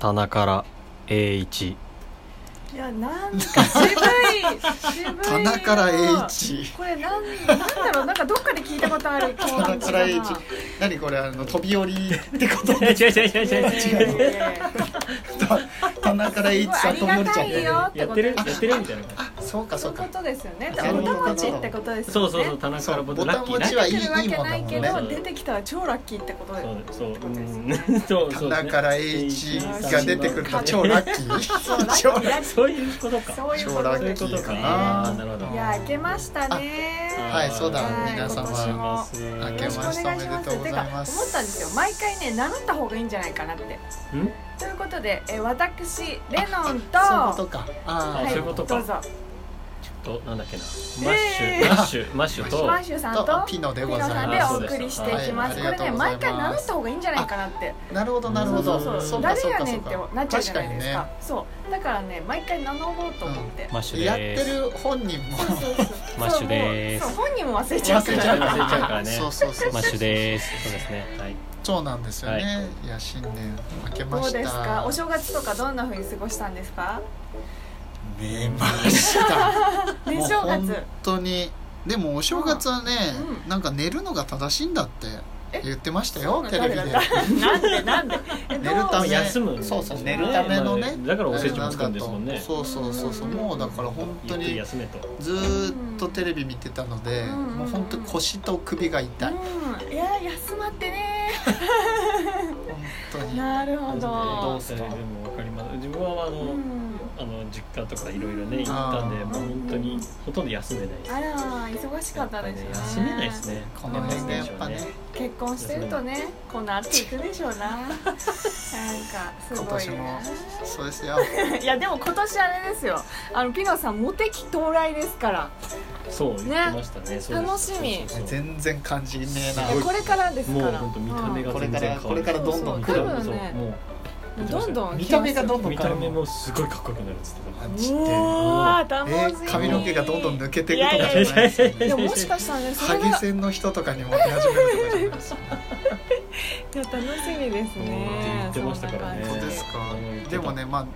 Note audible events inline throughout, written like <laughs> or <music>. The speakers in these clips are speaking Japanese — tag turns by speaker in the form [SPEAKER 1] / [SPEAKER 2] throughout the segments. [SPEAKER 1] 棚から栄一
[SPEAKER 2] いやなんか渋い渋いよ
[SPEAKER 3] 棚から栄一
[SPEAKER 2] これなんなんだろうなんかどっかで聞いたことあるコーナ
[SPEAKER 3] 棚
[SPEAKER 2] ー
[SPEAKER 3] から栄一何これあの飛び降りって <laughs> こと
[SPEAKER 1] 違う違う違う
[SPEAKER 2] いやいやいやいやいや
[SPEAKER 3] 棚から栄一さん飛び降りちゃ
[SPEAKER 2] ありがたい
[SPEAKER 3] っ
[SPEAKER 2] よ
[SPEAKER 1] やってるやってるみたいな感
[SPEAKER 3] たそうか
[SPEAKER 2] そ
[SPEAKER 3] そう
[SPEAKER 2] いう
[SPEAKER 3] うか
[SPEAKER 2] ことですよね
[SPEAKER 3] そう
[SPEAKER 2] ボタ
[SPEAKER 3] いうこと
[SPEAKER 2] ン持ちってことです
[SPEAKER 1] じ
[SPEAKER 2] よ
[SPEAKER 1] そ
[SPEAKER 2] ね
[SPEAKER 1] うそうそう棚からボ
[SPEAKER 3] そ
[SPEAKER 1] タン
[SPEAKER 3] う
[SPEAKER 1] ラッ
[SPEAKER 3] ボタン持
[SPEAKER 1] キーね
[SPEAKER 3] ちはいいい
[SPEAKER 2] けるわけ
[SPEAKER 3] いいもん
[SPEAKER 2] な
[SPEAKER 3] だ
[SPEAKER 2] い
[SPEAKER 3] もん
[SPEAKER 2] け
[SPEAKER 3] ね
[SPEAKER 2] ど出てきたら超ラッキーってことだよね
[SPEAKER 1] そうそうう
[SPEAKER 2] ですよ
[SPEAKER 1] ん
[SPEAKER 2] ね
[SPEAKER 1] そうそう
[SPEAKER 3] 棚から栄一が出てくると超ラッキ
[SPEAKER 2] そうラ
[SPEAKER 3] ー超ラッキ
[SPEAKER 2] ッキ
[SPEAKER 3] ー
[SPEAKER 2] ー
[SPEAKER 1] そういうことか
[SPEAKER 2] そういうことです
[SPEAKER 1] そういうことか
[SPEAKER 2] ね
[SPEAKER 1] あーなるほど
[SPEAKER 2] いや明けましたね
[SPEAKER 1] あ
[SPEAKER 3] はいそうだ
[SPEAKER 2] はい
[SPEAKER 3] 皆様
[SPEAKER 2] 今年も
[SPEAKER 3] 明
[SPEAKER 2] よ
[SPEAKER 3] け
[SPEAKER 2] ろ
[SPEAKER 3] ま
[SPEAKER 2] しくお
[SPEAKER 3] し
[SPEAKER 2] 願い
[SPEAKER 3] て
[SPEAKER 2] し
[SPEAKER 3] お
[SPEAKER 2] ます
[SPEAKER 3] めでとうございま
[SPEAKER 2] てか思ったんですすよ毎回ね名乗った方がいいんじゃないかなって
[SPEAKER 1] ん
[SPEAKER 2] ということで、えー私レノンと
[SPEAKER 3] そういうことかあ
[SPEAKER 2] は
[SPEAKER 1] そう
[SPEAKER 3] ー
[SPEAKER 1] いうことか
[SPEAKER 2] どうぞ
[SPEAKER 1] となんだっけなマッシ
[SPEAKER 2] えー
[SPEAKER 1] ュマッシュマッシュと
[SPEAKER 2] マッシュさんと
[SPEAKER 3] とピノでござい
[SPEAKER 2] さん
[SPEAKER 3] ま
[SPEAKER 2] ですお送りしていきます。
[SPEAKER 3] は
[SPEAKER 2] こ
[SPEAKER 3] い
[SPEAKER 2] れね
[SPEAKER 3] あり
[SPEAKER 2] 毎回
[SPEAKER 3] がとうございます
[SPEAKER 2] 名乗った方がいいんじゃないかなって。
[SPEAKER 3] なるほどなるほど
[SPEAKER 2] そう
[SPEAKER 3] そ
[SPEAKER 2] そうう。
[SPEAKER 3] か
[SPEAKER 2] 誰
[SPEAKER 3] そう
[SPEAKER 2] や
[SPEAKER 3] か
[SPEAKER 2] ね
[SPEAKER 3] そ
[SPEAKER 2] ん
[SPEAKER 3] う
[SPEAKER 2] って
[SPEAKER 3] か
[SPEAKER 2] なっちゃうじゃないです
[SPEAKER 3] 確かに
[SPEAKER 2] か。そうだからね毎回名乗ろうと思って。
[SPEAKER 1] マッシュ
[SPEAKER 3] ね
[SPEAKER 1] で
[SPEAKER 3] やっ
[SPEAKER 1] ー
[SPEAKER 3] て
[SPEAKER 1] す
[SPEAKER 3] る本人も
[SPEAKER 2] そうそうそう
[SPEAKER 1] マッシュで
[SPEAKER 2] そ
[SPEAKER 1] す
[SPEAKER 2] うもうそう本人も忘れちゃう
[SPEAKER 3] 忘
[SPEAKER 2] か
[SPEAKER 3] れちゃう
[SPEAKER 2] ら。
[SPEAKER 3] から
[SPEAKER 1] 忘れちゃうからね
[SPEAKER 3] そうそうそう
[SPEAKER 1] マッシュでーすそうですねはい
[SPEAKER 3] そうなんですよ
[SPEAKER 1] は
[SPEAKER 3] ねいや新年明けま
[SPEAKER 2] どう
[SPEAKER 3] し
[SPEAKER 2] です
[SPEAKER 3] た
[SPEAKER 2] か。お正月とかどんな風に過ごしたんですか。
[SPEAKER 3] 寝ま
[SPEAKER 2] <laughs>
[SPEAKER 3] した
[SPEAKER 2] 年
[SPEAKER 3] もう
[SPEAKER 2] 正
[SPEAKER 3] 本
[SPEAKER 2] 月。
[SPEAKER 3] 当にでもお正月はね、
[SPEAKER 2] うん
[SPEAKER 3] なんか寝るのが正しいんだって言ってましたよ
[SPEAKER 2] え
[SPEAKER 3] テレビで
[SPEAKER 2] そうなんなんでなんで。え
[SPEAKER 3] <laughs> 寝るた
[SPEAKER 1] まあ
[SPEAKER 3] め
[SPEAKER 1] 休む
[SPEAKER 3] そうそう寝るためのね
[SPEAKER 1] まあだからおせちも作るんですもんね
[SPEAKER 3] そうそうそうそうもうだから本当
[SPEAKER 1] ゆっくり
[SPEAKER 3] に
[SPEAKER 1] 休めと
[SPEAKER 3] ずーっとテレビ見てたので、
[SPEAKER 2] うん
[SPEAKER 3] もう本当に腰と首が痛い、本
[SPEAKER 2] うんいや休まって
[SPEAKER 3] <laughs>
[SPEAKER 2] ね。
[SPEAKER 3] 当に
[SPEAKER 2] なるほ
[SPEAKER 1] ど
[SPEAKER 2] ど
[SPEAKER 1] う。せでも分かります自分はあの、
[SPEAKER 2] うん
[SPEAKER 1] あの実家とかいろいろね行っ
[SPEAKER 3] あー
[SPEAKER 1] たんでもう本当にほとんど休めないです
[SPEAKER 2] あら忙しかったですね
[SPEAKER 1] やぱ休めないですね
[SPEAKER 3] この辺がやっぱね
[SPEAKER 2] 結婚してるとねこうなっていくでしょうななんかすご
[SPEAKER 3] 今年
[SPEAKER 2] い
[SPEAKER 3] も
[SPEAKER 2] な
[SPEAKER 3] そうですよ
[SPEAKER 2] <laughs> いやでも今年あれですよあのピノさんモテ期到来ですから
[SPEAKER 1] そう言ってましたねそうです
[SPEAKER 2] 楽しみ
[SPEAKER 1] そうそうそう
[SPEAKER 3] 全然感じねえ
[SPEAKER 1] す
[SPEAKER 3] な
[SPEAKER 2] え
[SPEAKER 1] ごい
[SPEAKER 2] これからですか
[SPEAKER 1] もう
[SPEAKER 2] ら
[SPEAKER 1] 本当見た目が
[SPEAKER 3] これ
[SPEAKER 1] 全
[SPEAKER 3] か
[SPEAKER 1] 然変わ
[SPEAKER 3] ら
[SPEAKER 1] る
[SPEAKER 3] これからどんどん
[SPEAKER 1] 見
[SPEAKER 3] 来
[SPEAKER 1] た
[SPEAKER 3] る
[SPEAKER 2] そうそう
[SPEAKER 1] そう
[SPEAKER 2] 多分ね
[SPEAKER 1] も
[SPEAKER 2] う
[SPEAKER 1] うん
[SPEAKER 2] どんどん
[SPEAKER 3] 見た目がどんどん
[SPEAKER 1] 見
[SPEAKER 3] 変
[SPEAKER 1] た
[SPEAKER 3] わ
[SPEAKER 1] 目
[SPEAKER 3] る
[SPEAKER 1] もすごいかっこよくなるっつってた
[SPEAKER 3] マジ
[SPEAKER 2] う
[SPEAKER 3] で
[SPEAKER 2] わー楽
[SPEAKER 3] え
[SPEAKER 2] しみ、
[SPEAKER 3] ー髪の毛がどんどん抜けていくとか
[SPEAKER 2] い
[SPEAKER 3] じゃ
[SPEAKER 2] やや
[SPEAKER 3] ないい
[SPEAKER 2] い
[SPEAKER 3] <laughs> ですよ
[SPEAKER 1] いや
[SPEAKER 3] ね
[SPEAKER 2] やでももしかしたらねそ
[SPEAKER 3] ハ
[SPEAKER 2] れがい
[SPEAKER 3] ゲ
[SPEAKER 2] や
[SPEAKER 3] 線の人とかにも出始めるとかじゃないですよね
[SPEAKER 2] 楽しみです
[SPEAKER 1] うん言
[SPEAKER 2] ね
[SPEAKER 1] ってましたからね
[SPEAKER 2] そんな感
[SPEAKER 3] 本当で
[SPEAKER 2] じ
[SPEAKER 3] すか
[SPEAKER 1] うん
[SPEAKER 3] でもねまあ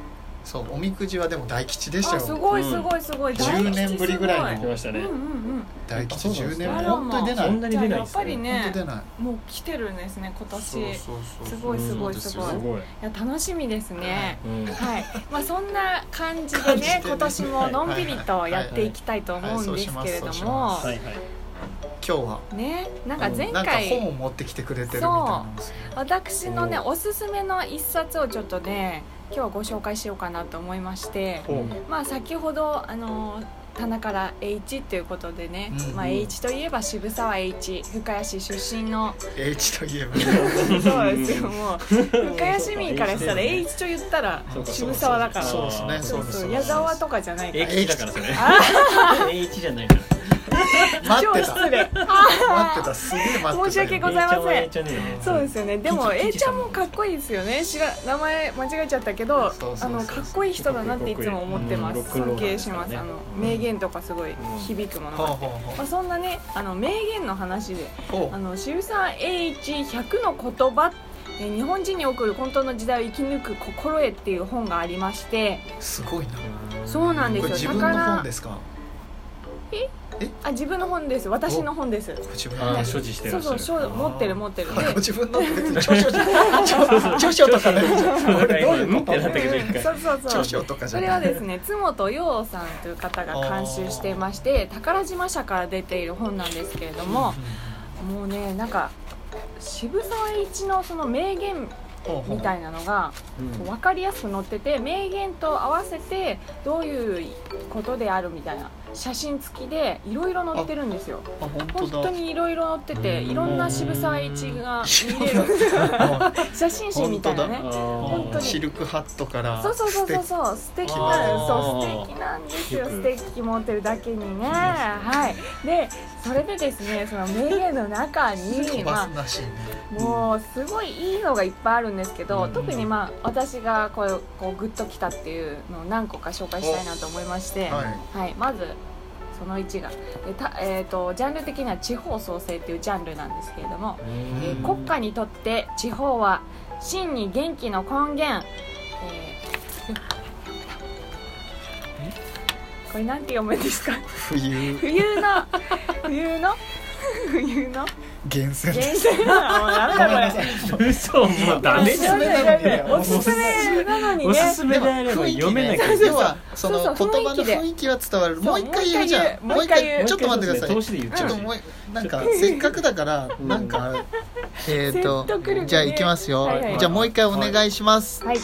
[SPEAKER 3] そうおみくじはでも大吉でした
[SPEAKER 2] あす
[SPEAKER 3] よ
[SPEAKER 2] ごいすごいすごい、大吉
[SPEAKER 3] 10年ぶりぐらい
[SPEAKER 1] 言ってまし
[SPEAKER 2] す
[SPEAKER 1] た
[SPEAKER 2] ご
[SPEAKER 1] ね
[SPEAKER 2] いうんうんうん
[SPEAKER 3] 大吉10年
[SPEAKER 1] あ
[SPEAKER 2] らまあ
[SPEAKER 3] 本当に出ない
[SPEAKER 1] そん
[SPEAKER 3] 本
[SPEAKER 1] なに
[SPEAKER 2] じゃあ
[SPEAKER 1] 出ない
[SPEAKER 2] や
[SPEAKER 1] で
[SPEAKER 2] っ
[SPEAKER 1] すね
[SPEAKER 2] ぱり
[SPEAKER 3] 当
[SPEAKER 2] ね
[SPEAKER 3] 出ない
[SPEAKER 2] もう来てるんですね今年
[SPEAKER 3] そう
[SPEAKER 2] すごいすごいすごい
[SPEAKER 3] そうですよ
[SPEAKER 1] ごい
[SPEAKER 2] いや楽しみですね、
[SPEAKER 1] うん
[SPEAKER 2] はい、まあそんな感じで
[SPEAKER 3] 感
[SPEAKER 2] ね
[SPEAKER 3] じでね
[SPEAKER 2] 今年ものんびりとやっていきたいと思うんですけれども <laughs>
[SPEAKER 1] はいはい
[SPEAKER 3] 今日は
[SPEAKER 2] ねなんか前
[SPEAKER 3] なんか本
[SPEAKER 2] 回
[SPEAKER 3] を持ってきてくれてるみたいなんですよね
[SPEAKER 2] 私のねおすすめの一冊をちょっとね今日はご紹介しようかなと思いまして
[SPEAKER 3] ほう
[SPEAKER 2] まあ先ほどあの棚から栄一っていうことでね、
[SPEAKER 3] うん
[SPEAKER 2] まあ、栄一といえば渋沢栄一深谷市出身の
[SPEAKER 3] H といえば
[SPEAKER 2] そうですよもう深谷市民からしたら栄一と言ったら
[SPEAKER 1] そうかそう
[SPEAKER 2] <laughs>
[SPEAKER 1] か
[SPEAKER 2] 渋沢だから
[SPEAKER 3] そうですね
[SPEAKER 2] そう
[SPEAKER 3] です
[SPEAKER 2] そうう
[SPEAKER 3] で
[SPEAKER 2] 矢
[SPEAKER 3] す
[SPEAKER 2] 沢とかじゃないから
[SPEAKER 1] 英吉だからそれ英吉じゃないから
[SPEAKER 3] 待
[SPEAKER 2] 超
[SPEAKER 3] って
[SPEAKER 2] <laughs>
[SPEAKER 3] た
[SPEAKER 2] 失礼
[SPEAKER 3] 待ってたすげえ待ってたよ
[SPEAKER 2] 申し訳ございません
[SPEAKER 1] 英ちゃんは英ちゃんだよね
[SPEAKER 2] そうですよねでも
[SPEAKER 1] ピチ
[SPEAKER 2] A
[SPEAKER 1] ピチ
[SPEAKER 2] ちゃんもかっこいいですよね知ら名前間違えちゃったけど
[SPEAKER 3] そうそう
[SPEAKER 2] あ
[SPEAKER 3] そう
[SPEAKER 2] のかっこいい人だなっていつも思ってま
[SPEAKER 1] う
[SPEAKER 2] す
[SPEAKER 1] ん
[SPEAKER 2] 尊敬しますあの
[SPEAKER 1] うん
[SPEAKER 2] 名言とかすごい
[SPEAKER 1] ん
[SPEAKER 2] 響くもの
[SPEAKER 3] ほう
[SPEAKER 2] があって
[SPEAKER 3] ほうほ
[SPEAKER 2] まあ、そんなねあの名言の話で
[SPEAKER 3] うほ
[SPEAKER 2] あ
[SPEAKER 3] う
[SPEAKER 2] の渋沢栄一100の言葉えー日本人に送る混沌の時代を生き抜く心得っていう本がありまして
[SPEAKER 3] すごいな
[SPEAKER 2] そうなんで
[SPEAKER 3] これ
[SPEAKER 2] す
[SPEAKER 3] 自
[SPEAKER 2] よ
[SPEAKER 3] 分の本ですか
[SPEAKER 2] あ自分の本です私の本です
[SPEAKER 3] これ自分
[SPEAKER 1] あ
[SPEAKER 3] の
[SPEAKER 1] ー
[SPEAKER 3] 本
[SPEAKER 1] 所持してら
[SPEAKER 2] そ
[SPEAKER 1] っ
[SPEAKER 2] う
[SPEAKER 1] しゃ
[SPEAKER 2] そう
[SPEAKER 1] る
[SPEAKER 2] そう持ってる持ってるで
[SPEAKER 3] あ自分の別に著書じゃ著書と
[SPEAKER 1] <laughs>
[SPEAKER 3] かねこれどういうこと
[SPEAKER 1] うんってなったけど一回
[SPEAKER 2] そうそうそう
[SPEAKER 3] 著書とかじ
[SPEAKER 2] そ
[SPEAKER 3] ゃ
[SPEAKER 2] れ
[SPEAKER 3] な
[SPEAKER 2] はいですね津本陽さんという方が監修していまして宝島社から出ている本なんですけれどももうねなんか渋沢栄一のその名言みた
[SPEAKER 3] い
[SPEAKER 2] いなのが
[SPEAKER 1] うん
[SPEAKER 2] こう分かりやすく載ってて名言と合わせてどういうことであるみたいな写真付きでいろいろ載ってるんですよ
[SPEAKER 3] な本
[SPEAKER 2] 本
[SPEAKER 3] 当
[SPEAKER 2] 当
[SPEAKER 3] だ
[SPEAKER 2] にいろいろ載ってて
[SPEAKER 1] うん
[SPEAKER 2] いろんな渋沢栄一が見れる <laughs> 写真集みたいな
[SPEAKER 3] 本当だ
[SPEAKER 2] ね
[SPEAKER 1] 本
[SPEAKER 2] 当に
[SPEAKER 3] シルクハットから
[SPEAKER 2] そうそうそうそうそう素敵な
[SPEAKER 1] あ
[SPEAKER 2] そう
[SPEAKER 1] ー
[SPEAKER 2] 素敵なんですよ
[SPEAKER 1] よく
[SPEAKER 2] 素敵持ってるだけにねはいでそれでですねその名言の中に
[SPEAKER 3] 飛
[SPEAKER 2] ま
[SPEAKER 3] ば
[SPEAKER 2] あ
[SPEAKER 3] すらしいね
[SPEAKER 2] もうすごいいいのがいっぱいあるんですけど、
[SPEAKER 1] うん
[SPEAKER 2] 特にまあ私がこうこうグッときたっていうのを何個か紹介したいなと思いまして、は
[SPEAKER 3] はい
[SPEAKER 2] まずその1がえた、えー、とジャンル的には地方創生っていうジャンルなんですけれども、えー国家にとって地方は真に元気の根源えーこれなんて読むんですか <laughs>
[SPEAKER 3] 冬
[SPEAKER 2] 冬の冬の <laughs> 冬の
[SPEAKER 3] 厳選
[SPEAKER 2] 厳選もうダメ
[SPEAKER 3] ご
[SPEAKER 2] だ
[SPEAKER 3] めん
[SPEAKER 2] こ
[SPEAKER 3] な
[SPEAKER 2] れ
[SPEAKER 3] さい
[SPEAKER 1] 嘘もうダメじゃん
[SPEAKER 3] おすすめなんだよ
[SPEAKER 2] おすすめなのに
[SPEAKER 1] お
[SPEAKER 2] ね
[SPEAKER 1] すすめであれば読めなきゃい
[SPEAKER 3] で
[SPEAKER 1] けない
[SPEAKER 3] もその
[SPEAKER 2] そうそう
[SPEAKER 3] 言
[SPEAKER 2] 雰囲
[SPEAKER 3] 葉の
[SPEAKER 2] 気で
[SPEAKER 3] 雰囲気は伝わる
[SPEAKER 2] そう
[SPEAKER 3] もう一回言うじゃん
[SPEAKER 2] もう一回言う
[SPEAKER 3] ちょっと待ってください
[SPEAKER 1] 投資で言っち
[SPEAKER 3] ちょ
[SPEAKER 1] ゃ
[SPEAKER 3] っ
[SPEAKER 1] う
[SPEAKER 3] と
[SPEAKER 1] し
[SPEAKER 3] もうなんかせっかくだからなんかえっと
[SPEAKER 2] 説得力ね
[SPEAKER 3] じゃあ行きますよ
[SPEAKER 2] はいはい
[SPEAKER 3] じゃあもう一回お願いします
[SPEAKER 2] はい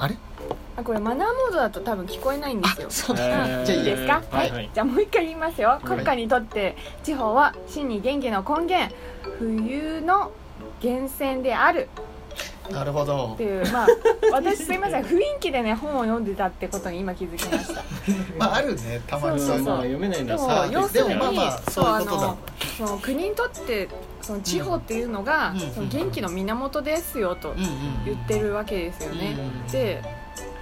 [SPEAKER 3] あれ
[SPEAKER 2] あこれマナーモードだと多分聞こえないんですよ
[SPEAKER 3] そう
[SPEAKER 1] え
[SPEAKER 3] だ
[SPEAKER 1] ー
[SPEAKER 3] じゃ
[SPEAKER 2] い
[SPEAKER 3] あい
[SPEAKER 2] い
[SPEAKER 3] い
[SPEAKER 2] で
[SPEAKER 3] や
[SPEAKER 2] すか、は
[SPEAKER 1] はいい
[SPEAKER 2] じゃあもう一回言いますよ国家にとって地方は真に元気の根源冬の源泉である
[SPEAKER 3] なるほど
[SPEAKER 2] っていう
[SPEAKER 1] <laughs>
[SPEAKER 2] まあ私すいません雰囲気でね本を読んでたってことに今気づきました
[SPEAKER 3] まああるねたまに
[SPEAKER 2] そうそう
[SPEAKER 1] まあ読めないん
[SPEAKER 2] で
[SPEAKER 1] だ
[SPEAKER 2] も
[SPEAKER 1] さ
[SPEAKER 3] う
[SPEAKER 2] 要するに
[SPEAKER 3] でもまあまあそういうことだ
[SPEAKER 2] のその国にとってその地方っていうのが、
[SPEAKER 3] うん
[SPEAKER 2] その元気の源ですよと
[SPEAKER 3] うんうん
[SPEAKER 2] 言ってるわけですよね、
[SPEAKER 3] うん
[SPEAKER 2] で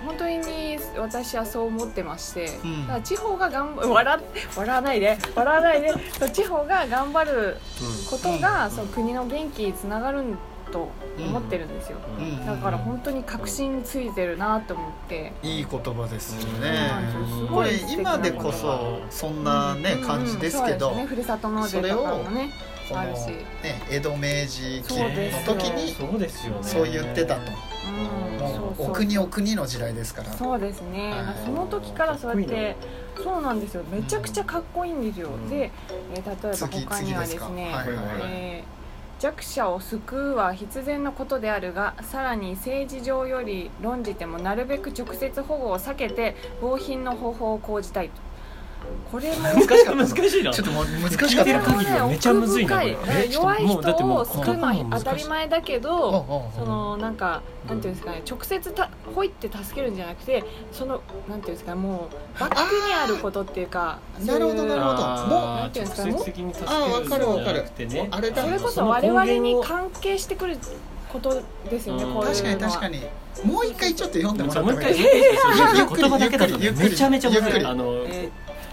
[SPEAKER 2] 本当に私はそう思ってまして、
[SPEAKER 3] うん
[SPEAKER 2] だから地方が頑張 <laughs> 笑っ笑わないで笑わないでそう地方が頑張ることが、
[SPEAKER 3] うん
[SPEAKER 2] その国の元気につながると思ってるんですよ、
[SPEAKER 1] うんうん
[SPEAKER 2] だから本当に確信ついてるなと思って、
[SPEAKER 3] いい言葉ですよ
[SPEAKER 2] うん
[SPEAKER 3] ねこれ今でこそそんなね感じですけ
[SPEAKER 2] うん
[SPEAKER 3] ど
[SPEAKER 2] うんそうですね、ふるさと納税とかもね
[SPEAKER 3] この
[SPEAKER 2] あるし
[SPEAKER 3] ね江戸明治期
[SPEAKER 2] そうです
[SPEAKER 3] の
[SPEAKER 2] よ
[SPEAKER 3] 時に
[SPEAKER 1] そうですよね
[SPEAKER 3] そう言ってたと
[SPEAKER 2] うん
[SPEAKER 3] もう
[SPEAKER 2] そう
[SPEAKER 3] お
[SPEAKER 2] そう
[SPEAKER 3] 国お国の時代ですから
[SPEAKER 2] そうですね、
[SPEAKER 3] はい
[SPEAKER 2] まあその時からそうやっ
[SPEAKER 1] かっこいい
[SPEAKER 2] てそうなんですよめちゃくちゃかっこいいんですよ、
[SPEAKER 1] うん
[SPEAKER 2] で、えー例え
[SPEAKER 3] 次
[SPEAKER 2] ば他
[SPEAKER 3] 次
[SPEAKER 2] には
[SPEAKER 3] で
[SPEAKER 2] ですす
[SPEAKER 3] か
[SPEAKER 2] ね
[SPEAKER 3] はいはい
[SPEAKER 1] は
[SPEAKER 2] えー弱者を救うは必然のことであるがさらに政治上より論じてもなるべく直接保護を避けて防貧の方法を講じたいとこれも
[SPEAKER 3] 難しかった
[SPEAKER 1] 難しいな
[SPEAKER 3] ちょっともう難しかっ
[SPEAKER 1] 聞いてる
[SPEAKER 3] た
[SPEAKER 1] 限りはめちゃむずいなこれ
[SPEAKER 2] 奥深い
[SPEAKER 1] え
[SPEAKER 2] 弱い
[SPEAKER 1] もうだって
[SPEAKER 2] 人
[SPEAKER 1] も
[SPEAKER 2] を
[SPEAKER 1] う
[SPEAKER 2] 救うのは当たり前だけど
[SPEAKER 3] うんうんうん
[SPEAKER 2] そのなんかなんていうんですかね直接たほいって助けるんじゃなくてそのなんていうんですかねもうバックにあることっていうか
[SPEAKER 3] なるほどなるほど
[SPEAKER 1] あー
[SPEAKER 3] もう
[SPEAKER 2] なんていうんですか
[SPEAKER 1] 直接的に助けるんじゃなくて
[SPEAKER 3] あ
[SPEAKER 1] ね
[SPEAKER 3] わかるわかるあれだ
[SPEAKER 2] それこそ我々に関係してくることですよね
[SPEAKER 1] うん
[SPEAKER 2] こう
[SPEAKER 3] 確
[SPEAKER 2] い
[SPEAKER 3] か
[SPEAKER 2] う
[SPEAKER 3] に
[SPEAKER 2] の
[SPEAKER 3] 確か
[SPEAKER 2] は。
[SPEAKER 3] にもう一回ちょっと読んでもら
[SPEAKER 1] もう
[SPEAKER 3] っ
[SPEAKER 1] 一
[SPEAKER 3] てもい
[SPEAKER 1] 回
[SPEAKER 3] いですか
[SPEAKER 1] 言葉だけだと
[SPEAKER 3] ゆっくり
[SPEAKER 1] めちゃめちゃむず
[SPEAKER 3] ゆっく
[SPEAKER 1] い
[SPEAKER 3] り
[SPEAKER 1] あの
[SPEAKER 2] え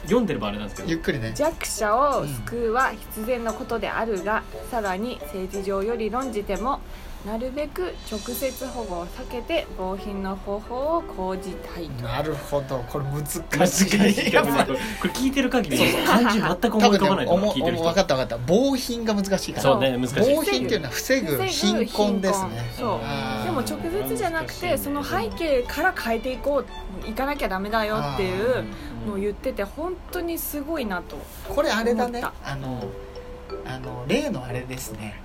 [SPEAKER 1] 読んでればあれなんですけ
[SPEAKER 3] ゆ
[SPEAKER 1] ど
[SPEAKER 3] っくりね
[SPEAKER 2] 弱者を救うは必然のことであるが、さらに政治上より論じてもなるべく直接保護を避けて防貧の方法を講じたいと。
[SPEAKER 3] なるほどこれ難
[SPEAKER 1] 難
[SPEAKER 3] し
[SPEAKER 1] し
[SPEAKER 3] い
[SPEAKER 1] い
[SPEAKER 3] や
[SPEAKER 1] や
[SPEAKER 3] っ
[SPEAKER 1] っ
[SPEAKER 3] ぱ
[SPEAKER 1] ぱこれ聞いてる限り漢字全く思い
[SPEAKER 3] 多
[SPEAKER 1] 浮
[SPEAKER 3] 分
[SPEAKER 1] か
[SPEAKER 3] ね
[SPEAKER 1] ばないと
[SPEAKER 3] おも
[SPEAKER 1] 思う聞いてる
[SPEAKER 3] おも分か
[SPEAKER 1] 人
[SPEAKER 3] った分かった防貧が難しいから
[SPEAKER 1] そうね難しい
[SPEAKER 3] 防貧っていうのは防ぐ
[SPEAKER 2] 防ぐ
[SPEAKER 3] 貧困ですね
[SPEAKER 2] 貧困そう
[SPEAKER 3] あー
[SPEAKER 2] でも直接じゃなくてその背
[SPEAKER 1] 景
[SPEAKER 2] 景から変えていこう行かなきゃダメだよっていうのを言ってて本当にすごいなと
[SPEAKER 3] これあれだね
[SPEAKER 2] 思っ
[SPEAKER 3] あのあの例のあれですね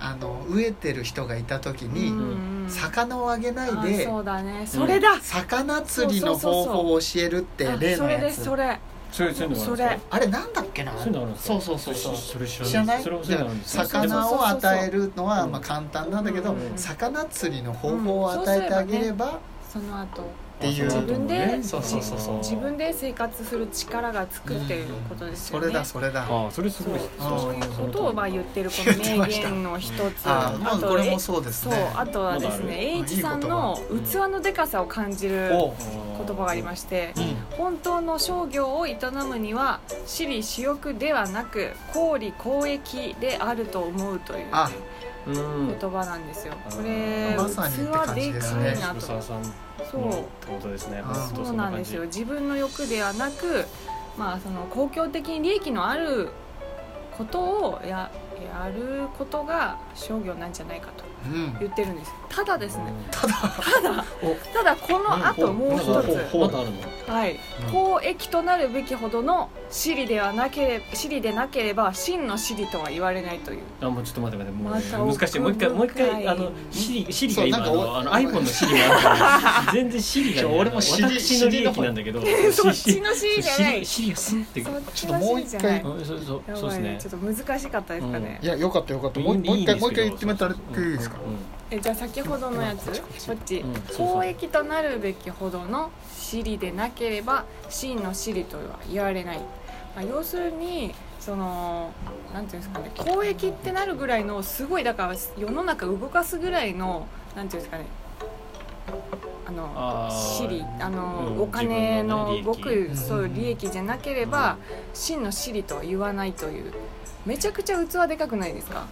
[SPEAKER 3] あの飢えてる人がいた時
[SPEAKER 2] う
[SPEAKER 3] に
[SPEAKER 2] ん
[SPEAKER 3] 魚をあげない
[SPEAKER 2] あ
[SPEAKER 3] で
[SPEAKER 2] そうだねそれだ、
[SPEAKER 3] 魚釣りの方法を教えるって
[SPEAKER 2] あ
[SPEAKER 3] 例
[SPEAKER 2] そ
[SPEAKER 3] の
[SPEAKER 2] れ
[SPEAKER 3] や
[SPEAKER 2] で
[SPEAKER 3] つ
[SPEAKER 2] すそれ
[SPEAKER 1] そうそういうのがあるんですか
[SPEAKER 3] あれなんだっけな
[SPEAKER 1] そういうのあるんですか
[SPEAKER 3] そうそうそうそう
[SPEAKER 1] それ知ら
[SPEAKER 3] 知らない
[SPEAKER 1] それも知らないんですよ
[SPEAKER 3] 魚を与えるのは
[SPEAKER 1] うん
[SPEAKER 3] まあ簡単なんだけど、
[SPEAKER 1] うん
[SPEAKER 3] 魚釣りの方法を与えてあげれば、
[SPEAKER 2] その後
[SPEAKER 3] っていう
[SPEAKER 2] 自分で
[SPEAKER 3] そうそうそうそう
[SPEAKER 2] 自分で生活する力がつくっていうことです
[SPEAKER 3] そ
[SPEAKER 2] よね、
[SPEAKER 3] れだそれだ
[SPEAKER 1] ああそれす
[SPEAKER 2] そ
[SPEAKER 1] ごいう
[SPEAKER 2] そういうことをまあ言ってるこの名言の一つ
[SPEAKER 3] あーまあこれも
[SPEAKER 2] え
[SPEAKER 3] そうです
[SPEAKER 2] そう
[SPEAKER 3] ね
[SPEAKER 2] あとはですね
[SPEAKER 3] まだある
[SPEAKER 2] 栄一さんの器のでかさを感じる
[SPEAKER 3] おう
[SPEAKER 2] 言葉がありまして
[SPEAKER 3] うん
[SPEAKER 2] 本当の商業を営むには私利私欲ではなく公利公益であると思うという
[SPEAKER 3] あ
[SPEAKER 1] うん
[SPEAKER 2] 言葉なんですよ
[SPEAKER 1] あ
[SPEAKER 2] これ
[SPEAKER 3] まさにって感
[SPEAKER 2] 器
[SPEAKER 3] じ
[SPEAKER 2] で
[SPEAKER 3] です
[SPEAKER 2] か
[SPEAKER 3] ね
[SPEAKER 2] いな
[SPEAKER 1] 渋
[SPEAKER 2] と
[SPEAKER 1] 沢さんの
[SPEAKER 2] そう
[SPEAKER 1] ってことですね
[SPEAKER 3] あー
[SPEAKER 1] 本当
[SPEAKER 2] そう
[SPEAKER 1] な
[SPEAKER 2] なん
[SPEAKER 1] 感
[SPEAKER 2] で
[SPEAKER 1] じ
[SPEAKER 2] すよ自分の欲ではなく、まあ、その公共的に利益のあることをややることが商業なんじゃないかと
[SPEAKER 3] うん
[SPEAKER 2] 言ってるんですただですね
[SPEAKER 3] ただ
[SPEAKER 2] ただ
[SPEAKER 3] お
[SPEAKER 2] ただこのあともう一
[SPEAKER 1] ほ
[SPEAKER 2] つ、
[SPEAKER 1] ほまだあるの
[SPEAKER 2] はい、公益となるべきほどの私利ではなければ私利でなければ真の私利とは言われないという
[SPEAKER 1] あもうちょっと待って待ってもう
[SPEAKER 2] ま
[SPEAKER 1] ね
[SPEAKER 2] た奥
[SPEAKER 1] 難しいもう一回もう一
[SPEAKER 2] 深い
[SPEAKER 1] 回あのシリシリ
[SPEAKER 3] そ
[SPEAKER 1] が
[SPEAKER 3] う
[SPEAKER 1] 今
[SPEAKER 3] なん
[SPEAKER 1] あ
[SPEAKER 3] か
[SPEAKER 1] の
[SPEAKER 3] お
[SPEAKER 1] あの iPhone のシリがあ
[SPEAKER 2] <laughs>
[SPEAKER 1] るから全然シリが
[SPEAKER 3] ちょ
[SPEAKER 1] ね
[SPEAKER 3] 俺も Siri
[SPEAKER 1] 私の利益なんだけど
[SPEAKER 2] <laughs> <laughs> そっちの私利じゃない
[SPEAKER 1] シリがスンって
[SPEAKER 2] そっち
[SPEAKER 3] ちょっとも
[SPEAKER 2] の私
[SPEAKER 3] う
[SPEAKER 2] 利
[SPEAKER 3] 一
[SPEAKER 2] じゃ
[SPEAKER 3] 回
[SPEAKER 2] ない
[SPEAKER 1] うんそうそう
[SPEAKER 2] や
[SPEAKER 1] そ
[SPEAKER 2] ば
[SPEAKER 1] うで
[SPEAKER 2] い
[SPEAKER 1] す
[SPEAKER 2] ね
[SPEAKER 1] ね
[SPEAKER 2] ちょっと難しかったですかね
[SPEAKER 3] い、やよかったよかったもうもう一回もう一回言ってもらっていいですか
[SPEAKER 2] えじゃあ先ほどのやつ
[SPEAKER 3] こっち
[SPEAKER 2] こ
[SPEAKER 3] こっち
[SPEAKER 2] っち
[SPEAKER 1] うんそうそう
[SPEAKER 2] 公益となるべきほどの私利でなければ真の私利とは言われない、まあ、要するにそのなんていうんですかね公益ってなるぐらいのすごいだから世の中動かすぐらいのなんていうんですかねあの
[SPEAKER 1] あー
[SPEAKER 2] 私利あの、
[SPEAKER 1] うん
[SPEAKER 2] お金の
[SPEAKER 1] 自分
[SPEAKER 2] 動
[SPEAKER 1] のね利
[SPEAKER 2] く
[SPEAKER 3] 益
[SPEAKER 2] そう利益じゃなければ、真の私利とは言わないというめちゃくちゃ器でかくないですか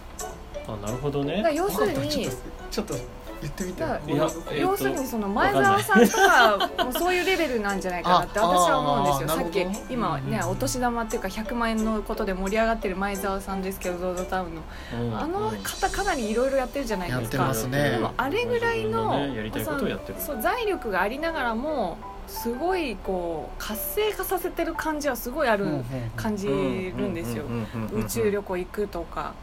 [SPEAKER 1] あなるほど
[SPEAKER 2] だから
[SPEAKER 1] ね
[SPEAKER 2] 要する
[SPEAKER 3] わかった
[SPEAKER 2] に
[SPEAKER 3] ちょっとちょっと言ってみて
[SPEAKER 2] だ
[SPEAKER 1] いやえっと
[SPEAKER 2] 要するにその前澤さんとかもそういうレベルなんじゃないかなって
[SPEAKER 3] あ
[SPEAKER 2] 私は思うんです
[SPEAKER 3] あー
[SPEAKER 2] よ
[SPEAKER 3] なるほど
[SPEAKER 2] さっき今ねお年玉っていうか100万円のことで盛り上がってる前澤さんですけど ZOZO タウンの
[SPEAKER 1] うん
[SPEAKER 2] あの方かなりいろいろやってるじゃない
[SPEAKER 3] や
[SPEAKER 2] で
[SPEAKER 3] っ
[SPEAKER 2] す
[SPEAKER 3] て
[SPEAKER 2] か
[SPEAKER 3] ます
[SPEAKER 2] で
[SPEAKER 3] ね
[SPEAKER 2] もあれぐらいの
[SPEAKER 1] ねやりたいことをやってる
[SPEAKER 2] そう財力がありながらもすごいこう活性化させてる感じはすごいある感じるんですよ宇宙旅行行くとか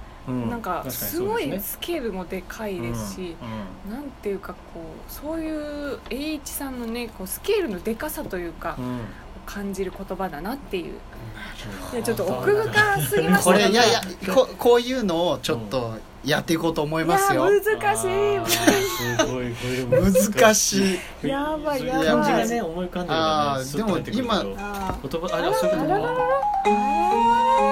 [SPEAKER 2] なんかすごいスケールもでかいですしなんていうかこうそういう栄一さんのねこうスケールのでかさというか感じる言葉だなっていういやちょっと奥深すぎました
[SPEAKER 3] こ
[SPEAKER 2] ね
[SPEAKER 3] れいやいやここういうのをちょっとやっていこうと思い
[SPEAKER 2] い
[SPEAKER 3] ま
[SPEAKER 2] や
[SPEAKER 3] すよ
[SPEAKER 2] 難しい
[SPEAKER 3] 難
[SPEAKER 1] し
[SPEAKER 3] しい
[SPEAKER 2] <laughs>
[SPEAKER 1] い
[SPEAKER 2] やばい
[SPEAKER 1] や
[SPEAKER 3] やばい
[SPEAKER 1] 漢字がね思い浮かんでるから
[SPEAKER 3] あ
[SPEAKER 1] ね
[SPEAKER 3] ー
[SPEAKER 1] スッと出てくるけど
[SPEAKER 3] でも
[SPEAKER 2] あ
[SPEAKER 1] 言葉あれはそういうこと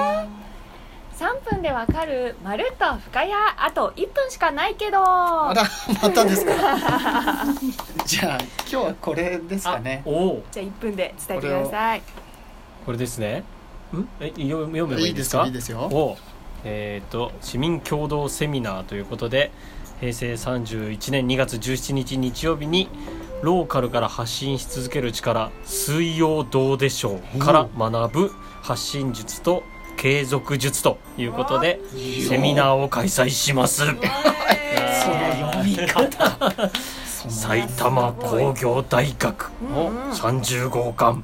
[SPEAKER 2] 3分でわかるまるっと深谷あと1分しかないけど
[SPEAKER 3] あ <laughs> らまたですかじゃあ今日はこれですかね
[SPEAKER 1] あおお
[SPEAKER 2] じゃあ1分で伝えてください
[SPEAKER 1] これですねんえ読めば
[SPEAKER 3] い
[SPEAKER 1] い
[SPEAKER 3] い
[SPEAKER 1] い
[SPEAKER 3] で
[SPEAKER 1] ですす
[SPEAKER 3] よ
[SPEAKER 1] か
[SPEAKER 3] いいですよ
[SPEAKER 1] を、えー、と市民共同セミナーということで平成31年2月17日日曜日にローカルから発信し続ける力「水曜どうでしょう」から学ぶ発信術と継続術ということでセミナーを開催しま
[SPEAKER 3] そ
[SPEAKER 1] す <laughs>
[SPEAKER 3] の読み方その
[SPEAKER 1] 埼玉工業大学
[SPEAKER 2] うんうん
[SPEAKER 1] 30号館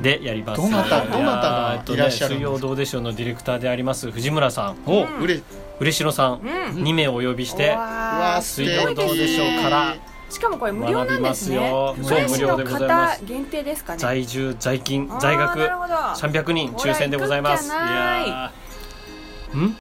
[SPEAKER 1] でやります
[SPEAKER 3] どなた
[SPEAKER 1] いやー
[SPEAKER 3] どなたが
[SPEAKER 1] えっとね
[SPEAKER 3] いらっしゃるんですか
[SPEAKER 1] 水曜どうでしょう」のディレクターであります藤村さん
[SPEAKER 2] う
[SPEAKER 3] お
[SPEAKER 2] ん
[SPEAKER 3] うれ
[SPEAKER 1] 嬉野さん
[SPEAKER 2] うん
[SPEAKER 1] 2名お呼びして
[SPEAKER 2] うわ
[SPEAKER 3] わ
[SPEAKER 2] ー
[SPEAKER 3] 素敵
[SPEAKER 1] 水曜どうでしょうから
[SPEAKER 2] しかもこれ無料なんですね
[SPEAKER 1] 学びますよ
[SPEAKER 2] 浦安
[SPEAKER 1] そう無料
[SPEAKER 2] の
[SPEAKER 1] でございま
[SPEAKER 2] 方
[SPEAKER 1] す
[SPEAKER 2] 限定ですかね
[SPEAKER 1] 在住在勤在
[SPEAKER 2] あー
[SPEAKER 1] 学
[SPEAKER 2] なるほど
[SPEAKER 1] 300人抽選でございます
[SPEAKER 2] ほら行くっきゃない
[SPEAKER 1] ーん